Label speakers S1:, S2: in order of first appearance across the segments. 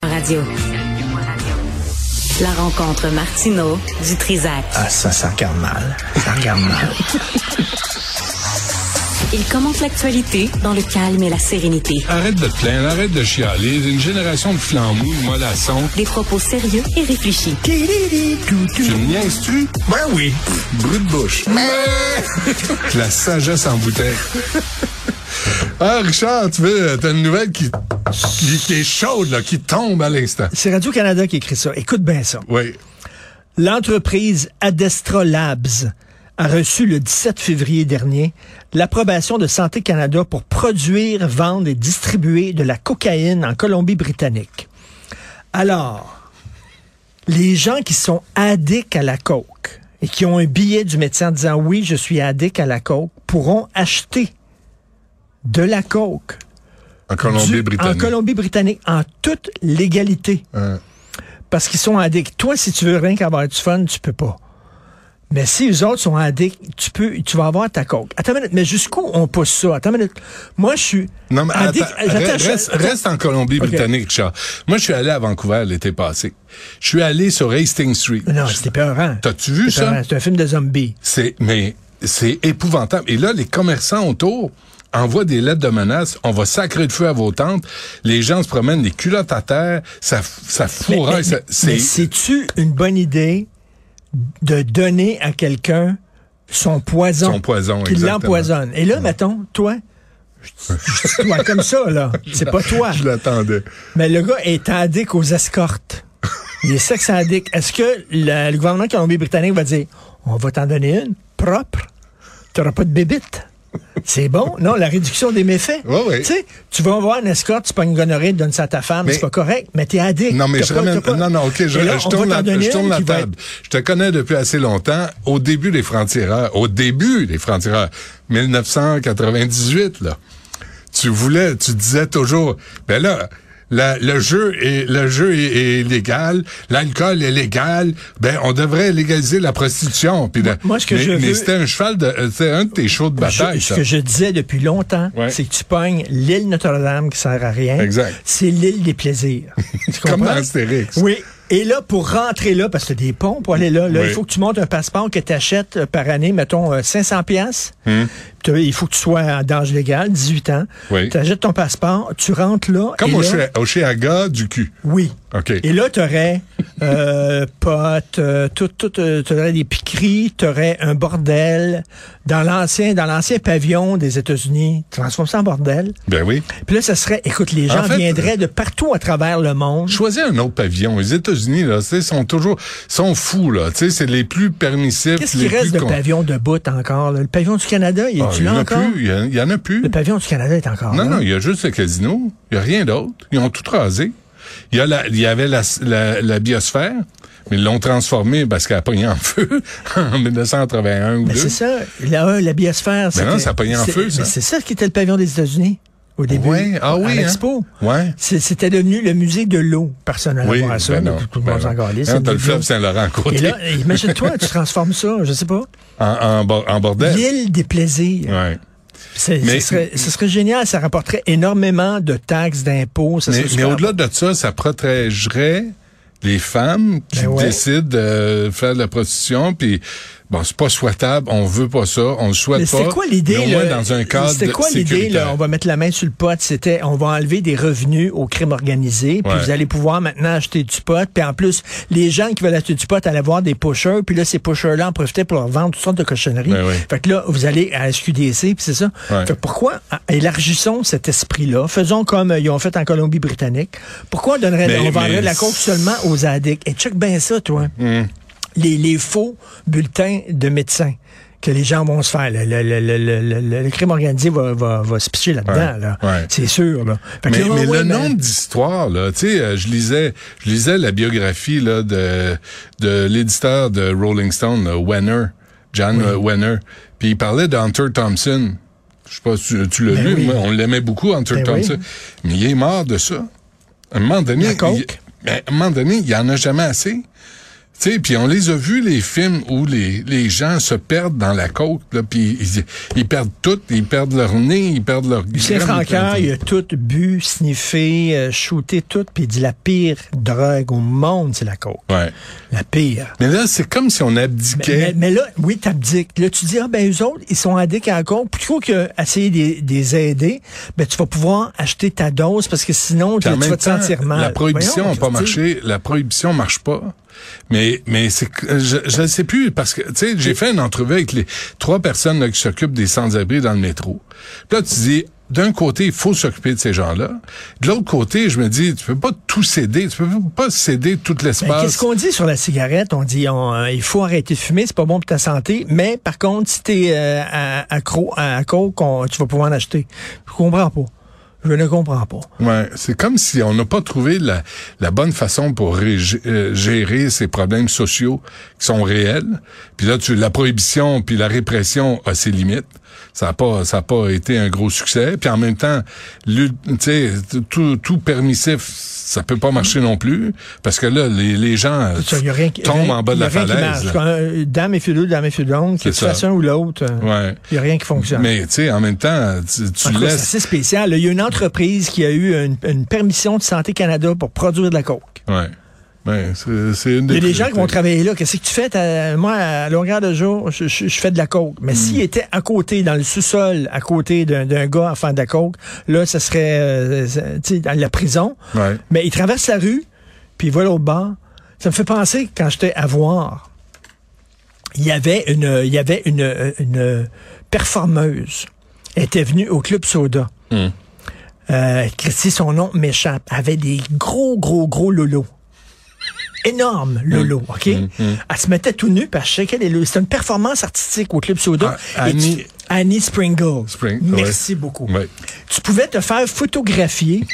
S1: Radio. La rencontre Martino du Trizac.
S2: Ah, ça, ça regarde mal. Ça regarde mal.
S1: Il commente l'actualité dans le calme et la sérénité.
S3: Arrête de te plaindre, arrête de chialer. Une génération de flambous, de mollassons.
S1: Des propos sérieux et réfléchis.
S3: Tu me niaises-tu?
S2: Ben oui.
S3: Brut de bouche. La sagesse en bouteille. Ah, Richard, tu veux, t'as une nouvelle qui, qui, qui est chaude, là, qui tombe à l'instant.
S4: C'est Radio-Canada qui écrit ça. Écoute bien ça.
S3: Oui.
S4: L'entreprise Adestra Labs a reçu le 17 février dernier l'approbation de Santé Canada pour produire, vendre et distribuer de la cocaïne en Colombie-Britannique. Alors, les gens qui sont addicts à la coke et qui ont un billet du médecin disant oui, je suis addict à la coke pourront acheter de la coke du-
S3: En
S4: en
S3: Colombie-Britannique.
S4: Colombie-Britannique en toute légalité
S3: Hein.
S4: parce qu'ils sont addicts. Toi, si tu veux rien qu'avoir du fun, tu peux pas. Mais si les autres sont addicts, tu peux, tu vas avoir ta coke. Attends une minute, mais jusqu'où on pousse ça? Attends une minute. Moi, je suis
S3: Non, mais
S4: addict-
S3: attends,
S4: Ah, euh, j'attends-
S3: re- reste, reste en Colombie-Britannique, Richard. Moi, je suis allé à Vancouver l'été passé. Je suis allé sur Hastings Street.
S4: Non, c'était peurant.
S3: T'as-tu vu
S4: C'était
S3: ça?
S4: peurant. C'est un film de zombies.
S3: C'est, mais c'est épouvantable. Et là, les commerçants autour envoient des lettres de menace. On va sacrer le feu à vos tentes. Les gens se promènent les culottes à terre. Ça, f- ça
S4: Mais-
S3: fourraille.
S4: mais-
S3: ça-
S4: mais
S3: c'est,
S4: c'est-tu une bonne idée de donner à quelqu'un son poison?
S3: Son poison,
S4: Qu'il
S3: exactement.
S4: l'empoisonne. Et là, mettons, toi, je je dis toi comme ça, là. C'est pas toi.
S3: je l'attendais.
S4: Mais le gars est addict aux escortes. Il est sexe addict. Est-ce que le, le gouvernement Colombie-Britannique va dire on va t'en donner une propre, t'auras pas de bébite? C'est bon? Non, la réduction des méfaits.
S3: Ouais, ouais.
S4: Tu sais, tu vas voir une escorte, tu pognes une gonorrhée, tu donnes ça à ta femme,
S3: Mais-
S4: c'est pas correct, mais t'es addict.
S3: Non, mais
S4: T'as
S3: je
S4: pas-
S3: ramène.
S4: t'as pas-
S3: Non, non, OK, je,
S4: Et là,
S3: je
S4: on
S3: tourne
S4: va t'en
S3: la,
S4: donner
S3: je tourne
S4: une
S3: la
S4: qui va
S3: table. Je te connais depuis assez longtemps. Au début, les francs-tireurs, au début, les francs-tireurs, 1998, là, tu voulais, tu disais toujours, ben là, la- le jeu est le jeu est, est légal, l'alcool est légal, ben on devrait légaliser la prostitution. Puis la-
S4: moi, ce que
S3: mais,
S4: je
S3: mais
S4: veux-
S3: c'était un cheval de, euh, c'était un de tes chauds de
S4: Je-
S3: bataille.
S4: ce
S3: ça.
S4: que je disais depuis longtemps,
S3: Ouais.
S4: c'est que tu pognes l'île Notre-Dame qui sert à rien.
S3: Exact.
S4: C'est l'île des plaisirs. Tu
S3: Comme
S4: comprends?
S3: dans Astérix.
S4: Oui. Et là, pour rentrer là, parce que t'as des ponts pour aller là, là,
S3: Oui.
S4: il faut que tu montes un passeport que tu achètes par année, mettons euh, 500 pièces.
S3: Hmm.
S4: Il faut que tu sois en danger légal, 18 ans.
S3: Oui.
S4: Tu achètes ton passeport, tu rentres là.
S3: Comme
S4: et
S3: au
S4: là-
S3: Shea- au Cheaga du cul.
S4: Oui.
S3: OK.
S4: Et là, t'aurais euh, potes, euh, tout, tout, euh, t'aurais des piqueries, t'aurais un bordel dans l'ancien, dans l'ancien pavillon des États-Unis, transforme ça en bordel.
S3: Ben oui.
S4: Puis là, ça serait, écoute, les gens
S3: En fait,
S4: viendraient de partout à travers le monde.
S3: Choisis un autre pavillon. Les États-Unis, là, tu sais, sont toujours, sont fous, là. Tu sais, c'est les plus permissifs.
S4: Qu'est-ce
S3: les
S4: qui reste
S3: plus
S4: de
S3: con-
S4: pavillon de bout encore là? Le pavillon du Canada, y
S3: Ah,
S4: est-tu
S3: il y en
S4: là
S3: a
S4: encore
S3: plus. Il y en- il y en a plus.
S4: Le pavillon hein? du Canada est encore
S3: Non,
S4: là.
S3: non, il y a juste le casino. Il y a rien d'autre. Ils ont tout rasé. Il y, a la- il y avait la, la- la biosphère, mais ils l'ont transformé parce qu'elle a pogné en feu en 1981 ou
S4: Mais
S3: 2.
S4: Ben, c'est ça, la, la biosphère. c'était-
S3: Ben non, ça a pogné en
S4: c'est-
S3: feu, ça.
S4: mais C'est ça qui était le pavillon des États-Unis au début.
S3: Ouais, ah oui,
S4: à
S3: hein.
S4: l'expo.
S3: Ouais.
S4: C'est- C'était devenu le musée de l'eau, personnellement.
S3: Oui,
S4: à ça,
S3: ben
S4: mais
S3: non,
S4: tout, tout le
S3: ben
S4: monde s'en
S3: non.
S4: calait,
S3: Hein,
S4: c'est
S3: t'as le
S4: des
S3: fleuve
S4: gars.
S3: Saint-Laurent à côté.
S4: Et là, eh, imagine-toi, tu transformes ça, je sais pas,
S3: En, en bo- en bordel.
S4: l'île des plaisirs.
S3: Ben, Ouais.
S4: C'est-
S3: Mais-
S4: ce, serait, ce serait génial, ça rapporterait énormément de taxes, d'impôts. ça
S3: Mais,
S4: serait
S3: mais
S4: super
S3: au-delà de ça, ça protégerait les femmes qui
S4: Ben ouais.
S3: décident de faire de la prostitution, puis bon, c'est pas souhaitable, on veut pas ça, on le souhaite
S4: Mais
S3: pas.
S4: c'était quoi l'idée
S3: mais au moins
S4: là?
S3: dans un cadre
S4: C'était quoi l'idée
S3: sécuritaire.
S4: là On va mettre la main sur le pot. C'était on va enlever des revenus au crime organisé. Puis
S3: Ouais.
S4: vous allez pouvoir maintenant acheter du pot. Puis en plus, les gens qui veulent acheter du pot allaient voir des pushers. Puis là, ces pushers là en profitaient pour leur vendre toutes sortes de cochonneries.
S3: Ben oui.
S4: Fait que là, vous allez à SQDC. Puis c'est ça.
S3: Ouais.
S4: Fait que pourquoi ah, élargissons cet esprit là Faisons comme euh, ils ont fait en Colombie-Britannique. Pourquoi on donnerait
S3: Ben, Mais-
S4: on vendrait
S3: mais-
S4: de la coke seulement aux addicts Et check bien ça, toi
S3: Mm.
S4: les, les faux bulletins de médecins que les gens vont se faire. Le, le- le- le- le- le- le crime organisé va, va, va se picher là-dedans.
S3: Ouais,
S4: là.
S3: ouais.
S4: C'est sûr. Là. Fait que
S3: Mais,
S4: là,
S3: mais
S4: ouais,
S3: le
S4: mais-
S3: nombre d'histoires, là, tu sais, euh, je lisais, je lisais la biographie là de de l'éditeur de Rolling Stone, là, Wenner, John euh, Wenner, puis il parlait d'Hunter Thompson. Je sais pas si tu, tu l'as
S4: Ben
S3: lu,
S4: oui.
S3: mais on l'aimait beaucoup, Hunter
S4: Ben oui.
S3: Thompson. Mais il est mort de ça. À un moment donné,
S4: La coke.
S3: il- ben, à un moment donné, il y en a jamais assez. Tu sais, puis on les a vus, les films où les, les gens se perdent dans la côte, là, puis ils, ils perdent tout, ils perdent leur nez, ils perdent leur...
S4: Lucien
S3: graine, ils
S4: Francaire,
S3: perdent-
S4: il a tout bu, sniffé, euh, shooté tout, puis il dit la pire drogue au monde, c'est la coke.
S3: Ouais.
S4: La pire.
S3: Mais là, c'est comme si on
S4: Mais,
S3: abdiquait.
S4: mais- mais là, oui, t'abdiques. Là, tu dis, ah ben, eux autres, ils sont addicts à la coke. Plutôt que essayer de, de les aider, ben, tu vas pouvoir acheter ta dose parce que sinon, tu,
S3: Puis en
S4: tu
S3: même
S4: vas te
S3: temps,
S4: sentir mal.
S3: La prohibition
S4: Voyons,
S3: n'a pas
S4: tu sais.
S3: marché. La prohibition marche pas. Mais mais c'est que- euh, je je ne sais plus parce que tu sais j'ai fait une entrevue avec les trois personnes là, qui s'occupent des sans-abri dans le métro. Puis là tu dis d'un côté, il faut s'occuper de ces gens-là. De l'autre côté, je me dis, tu peux pas tout céder. Tu peux pas céder tout
S4: Ben,
S3: l'espace.
S4: Qu'est-ce qu'on dit sur la cigarette? On dit on, euh, il faut arrêter de fumer, c'est pas bon pour ta santé, mais par contre, si t'es euh, à- accro à la coke, on- tu vas pouvoir en acheter. Je comprends pas. Je ne comprends pas.
S3: Ouais, c'est comme si on n'a pas trouvé la, la bonne façon pour régi- euh, gérer ces problèmes sociaux qui sont réels. Puis là, tu, la prohibition puis la répression a ses limites. Ça n'a pas, ça a pas été un gros succès. Puis en même temps, l'ul- tu sais, tout, tout permissif, ça peut pas marcher non plus parce que là, les, les gens
S4: Ça, y a rien qui-
S3: tombent
S4: rien-
S3: en bas de
S4: y a
S3: la
S4: rien qui
S3: falaise.
S4: marche.
S3: là.
S4: Quand, euh, Dame et filou, dame et filou, que
S3: C'est
S4: tu
S3: ça.
S4: fasses un ou l'autre, il
S3: Ouais.
S4: n'y a rien qui fonctionne.
S3: Mais tu sais, en même temps, tu, tu
S4: En tout cas, c'est
S3: laisses.
S4: assez spécial. là. Il y a une entreprise qui a eu une, une permission de Santé Canada pour produire de la coke.
S3: Ouais. Ouais, c'est, c'est une
S4: Il y a des gens
S3: priorités.
S4: qui vont travailler là. Qu'est-ce que tu fais? T'as- Moi, à longueur de jour, je, je- je fais de la coke. Mais s'il
S3: Hmm.
S4: était à côté, dans le sous-sol, à côté d'un d'un gars à faire de la coke, là, ça serait euh, euh, tu sais, dans la prison.
S3: Ouais.
S4: Mais il traverse la rue, puis il va l'autre bord. Ça me fait penser que quand j'étais à voir, il y avait une, il y avait une, une performeuse. Elle était venue au Club Soda.
S3: Hum.
S4: Euh, Christy, son nom m'échappe. Elle avait des gros, gros, gros lolos. Énorme
S3: Hmm.
S4: lolo, OK? Elle se mettait tout nu, puis elle shakeait les lolos. C'était une performance artistique au Club Soda.
S3: Ah,
S4: Et tu-
S3: Annie-
S4: Annie Springle.
S3: Spring-
S4: Merci
S3: ouais.
S4: beaucoup
S3: Ouais.
S4: tu pouvais te faire photographier.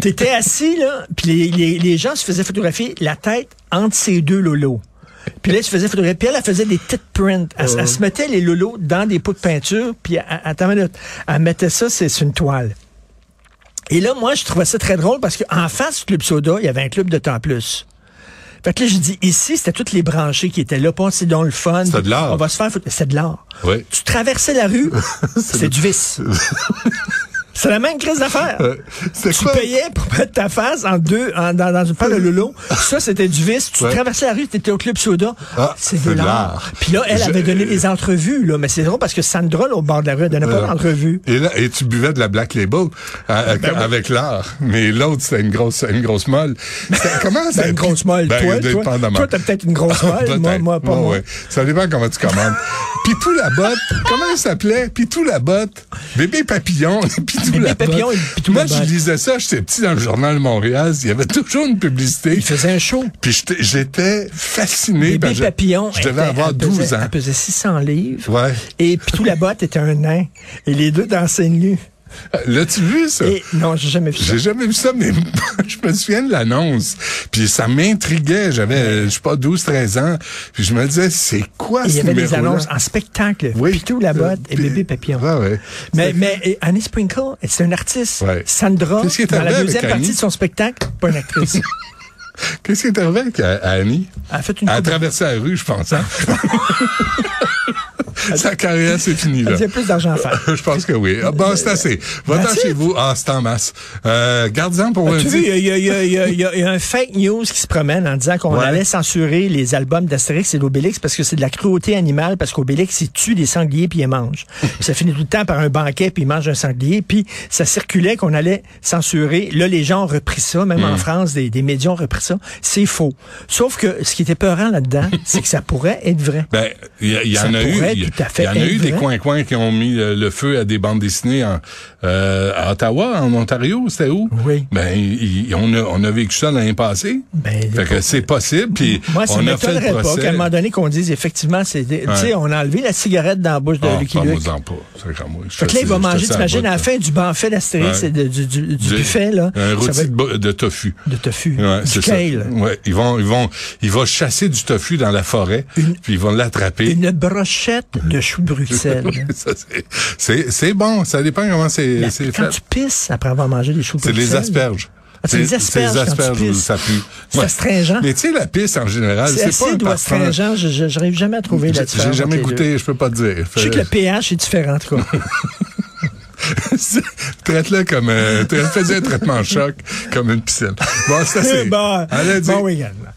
S4: T'étais assis, là, puis les, les- les gens se faisaient photographier la tête entre ces deux lolos. Puis là, ils se faisaient photographier. Puis elle, elle faisait des tit prints. Elle, elle se mettait les lolos dans des pots de peinture, puis elle, elle- attends une minute, elle mettait ça c'est sur une toile. Et là, moi, je trouvais ça très drôle parce qu'en face du Club Soda, il y avait un club de temps plus. Fait que là, je dis, ici, c'était toutes les branchées qui étaient là. Pas, c'est dans le fun.
S3: C'était de l'art.
S4: On va se faire foutre. C'était de l'art.
S3: Oui.
S4: Tu traversais la rue, c'était du vice. C'est la même crise d'affaires.
S3: Euh, C'est
S4: Tu
S3: quoi?
S4: payais pour mettre ta face en deux, en- dans, dans une paire de loulous. Ça, c'était du vice. Tu
S3: Euh. Ouais.
S4: traversais la rue, t'étais au club soda.
S3: Ah,
S4: c'est de
S3: c'est de
S4: l'art.
S3: l'art.
S4: Puis là, elle
S3: Je-
S4: avait donné des entrevues, là. Mais c'est drôle parce que Sandra, là, au bord de la rue, elle donnait pas
S3: Alors,
S4: d'entrevue.
S3: Et, là, et tu buvais de la Black Label
S4: Ben
S3: à- à- avec l'art. Mais l'autre, c'était une grosse, une grosse molle. C'était- Comment
S4: Ben,
S3: ça-
S4: une grosse molle.
S3: Ben,
S4: toi, toi,
S3: dépendamment.
S4: toi, t'as peut-être une grosse molle. moi,
S3: Peut-être.
S4: moi, pas
S3: Ouais,
S4: moi.
S3: ouais. Ça dépend comment tu commandes. Pitou la botte. Comment il s'appelait? Pitou la botte. Bébé papillon. Pitou
S4: Bébé
S3: la
S4: papillon
S3: botte.
S4: et Pitou
S3: Moi,
S4: la
S3: je
S4: botte.
S3: lisais ça. J'étais petit dans le journal de Montréal. Il y avait toujours une publicité.
S4: Il faisait un show.
S3: Puis j'étais- j'étais fasciné.
S4: Bébé
S3: parce que ben, je-
S4: papillon.
S3: Je devais
S4: était-
S3: avoir
S4: elle pesait-
S3: 12 ans.
S4: Elle pesait 600 livres.
S3: Ouais.
S4: Et puis tout la botte était un nain. Et les deux dansaient nus.
S3: L'as-tu vu, ça?
S4: Et non, j'ai jamais vu ça.
S3: J'ai jamais vu ça, mais je me souviens de l'annonce. Puis ça m'intriguait. J'avais, euh, je sais pas, 12, 13 ans. Puis je me disais, c'est quoi
S4: Il y
S3: Ah, ce
S4: avait des
S3: numéro-là? Euh,
S4: annonces en spectacle. Pitou la botte et
S3: Puis-
S4: bébé papillon.
S3: Ouais, ouais.
S4: Mais, mais et Annie Sprinkle, c'est une artiste.
S3: Ouais.
S4: Sandra,
S3: Qu'est-ce qui est
S4: dans la
S3: arrivé
S4: deuxième
S3: avec Annie?
S4: partie de son spectacle, pas une actrice.
S3: Qu'est-ce qui est arrivé avec euh, Annie?
S4: Elle a fait une
S3: Elle a
S4: coupe-
S3: traversé la rue, je pense. hein? Sa carrière, c'est fini,
S4: Elle
S3: là.
S4: disait plus d'argent à faire.
S3: Je pense que oui. Ah, bon, c'est assez. Va-t'en
S4: That's it.
S3: chez vous. Ah, c'est en masse. Euh, Garde-en pour
S4: Tu
S3: lundi.
S4: vois, il y a- il y, a- il y a- il y a- il y a- il y a un fake news qui se promène en disant qu'on
S3: Ouais.
S4: allait censurer les albums d'Astérix et d'Obélix parce que c'est de la cruauté animale, parce qu'Obélix, il tue des sangliers puis il les mange. Puis ça finit tout le temps par un banquet puis il mange un sanglier. Puis ça circulait qu'on allait censurer. Là, les gens ont repris ça, même
S3: Mm.
S4: en France, des, des médias ont repris ça. C'est faux. Sauf que ce qui était peurant là-dedans, c'est que ça pourrait être vrai.
S3: Ben, il y, a- il y
S4: Ça
S3: en a eu.
S4: pourrait
S3: Il y,
S4: tout à fait
S3: il y en a eu
S4: être
S3: des
S4: vrai.
S3: coins-coins qui ont mis euh, le feu à des bandes dessinées en, euh, à Ottawa, en Ontario, c'était où?
S4: Oui.
S3: Ben, il- il- on, a, on a vécu ça l'année passée.
S4: Ben,
S3: fait que c'est possible, puis
S4: Moi, ça
S3: on a fait le
S4: m'étonnerait pas qu'à
S3: procès.
S4: un moment donné qu'on dise effectivement, c'est, des- tu sais, on a enlevé la cigarette dans la bouche de
S3: Ah,
S4: Lucky Luke.
S3: parle-moi-en pas. C'est comme moi. Je
S4: Fait que là, il va
S3: je
S4: manger,
S3: ça
S4: t'imagines,
S3: bout,
S4: à la
S3: ça.
S4: fin du banfait d'Astérix
S3: Ouais.
S4: et de- du, du- du
S3: Du-
S4: buffet, là. ça
S3: Un
S4: va
S3: rôti de,
S4: être
S3: bo- de tofu.
S4: de tofu.
S3: Ouais,
S4: du
S3: c'est ça.
S4: kale.
S3: Ouais, ils vont, ils vont, ils vont chasser du tofu dans la forêt, puis ils vont l'attraper.
S4: Une brochette de choux de Bruxelles.
S3: Ça, c'est- c'est c'est bon, ça dépend comment c'est
S4: La-
S3: c'est
S4: quand
S3: fait.
S4: tu pisses après avoir mangé des choux de
S3: C'est
S4: Bruxelles. Ah,
S3: des asperges.
S4: c'est des asperges
S3: C'est
S4: quand tu
S3: asperges où
S4: pisses.
S3: ça pue.
S4: C'est astringent.
S3: Mais tu sais, la pisse, en général,
S4: C'est
S3: c'est pas un
S4: acide ou
S3: parfum.
S4: astringent, je- je n'arrive jamais à trouver la
S3: J'ai
S4: différence.
S3: j'ai
S4: entre
S3: jamais
S4: les deux.
S3: goûté, Euh. je peux pas te dire.
S4: Je sais que le pH est différent, en tout cas.
S3: C'est- Traite-la euh, comme un, fais un traitement choc, comme une piscine. Bon, ça c'est.
S4: bon,
S3: Allez, dis-
S4: Eh ben, bon week-end.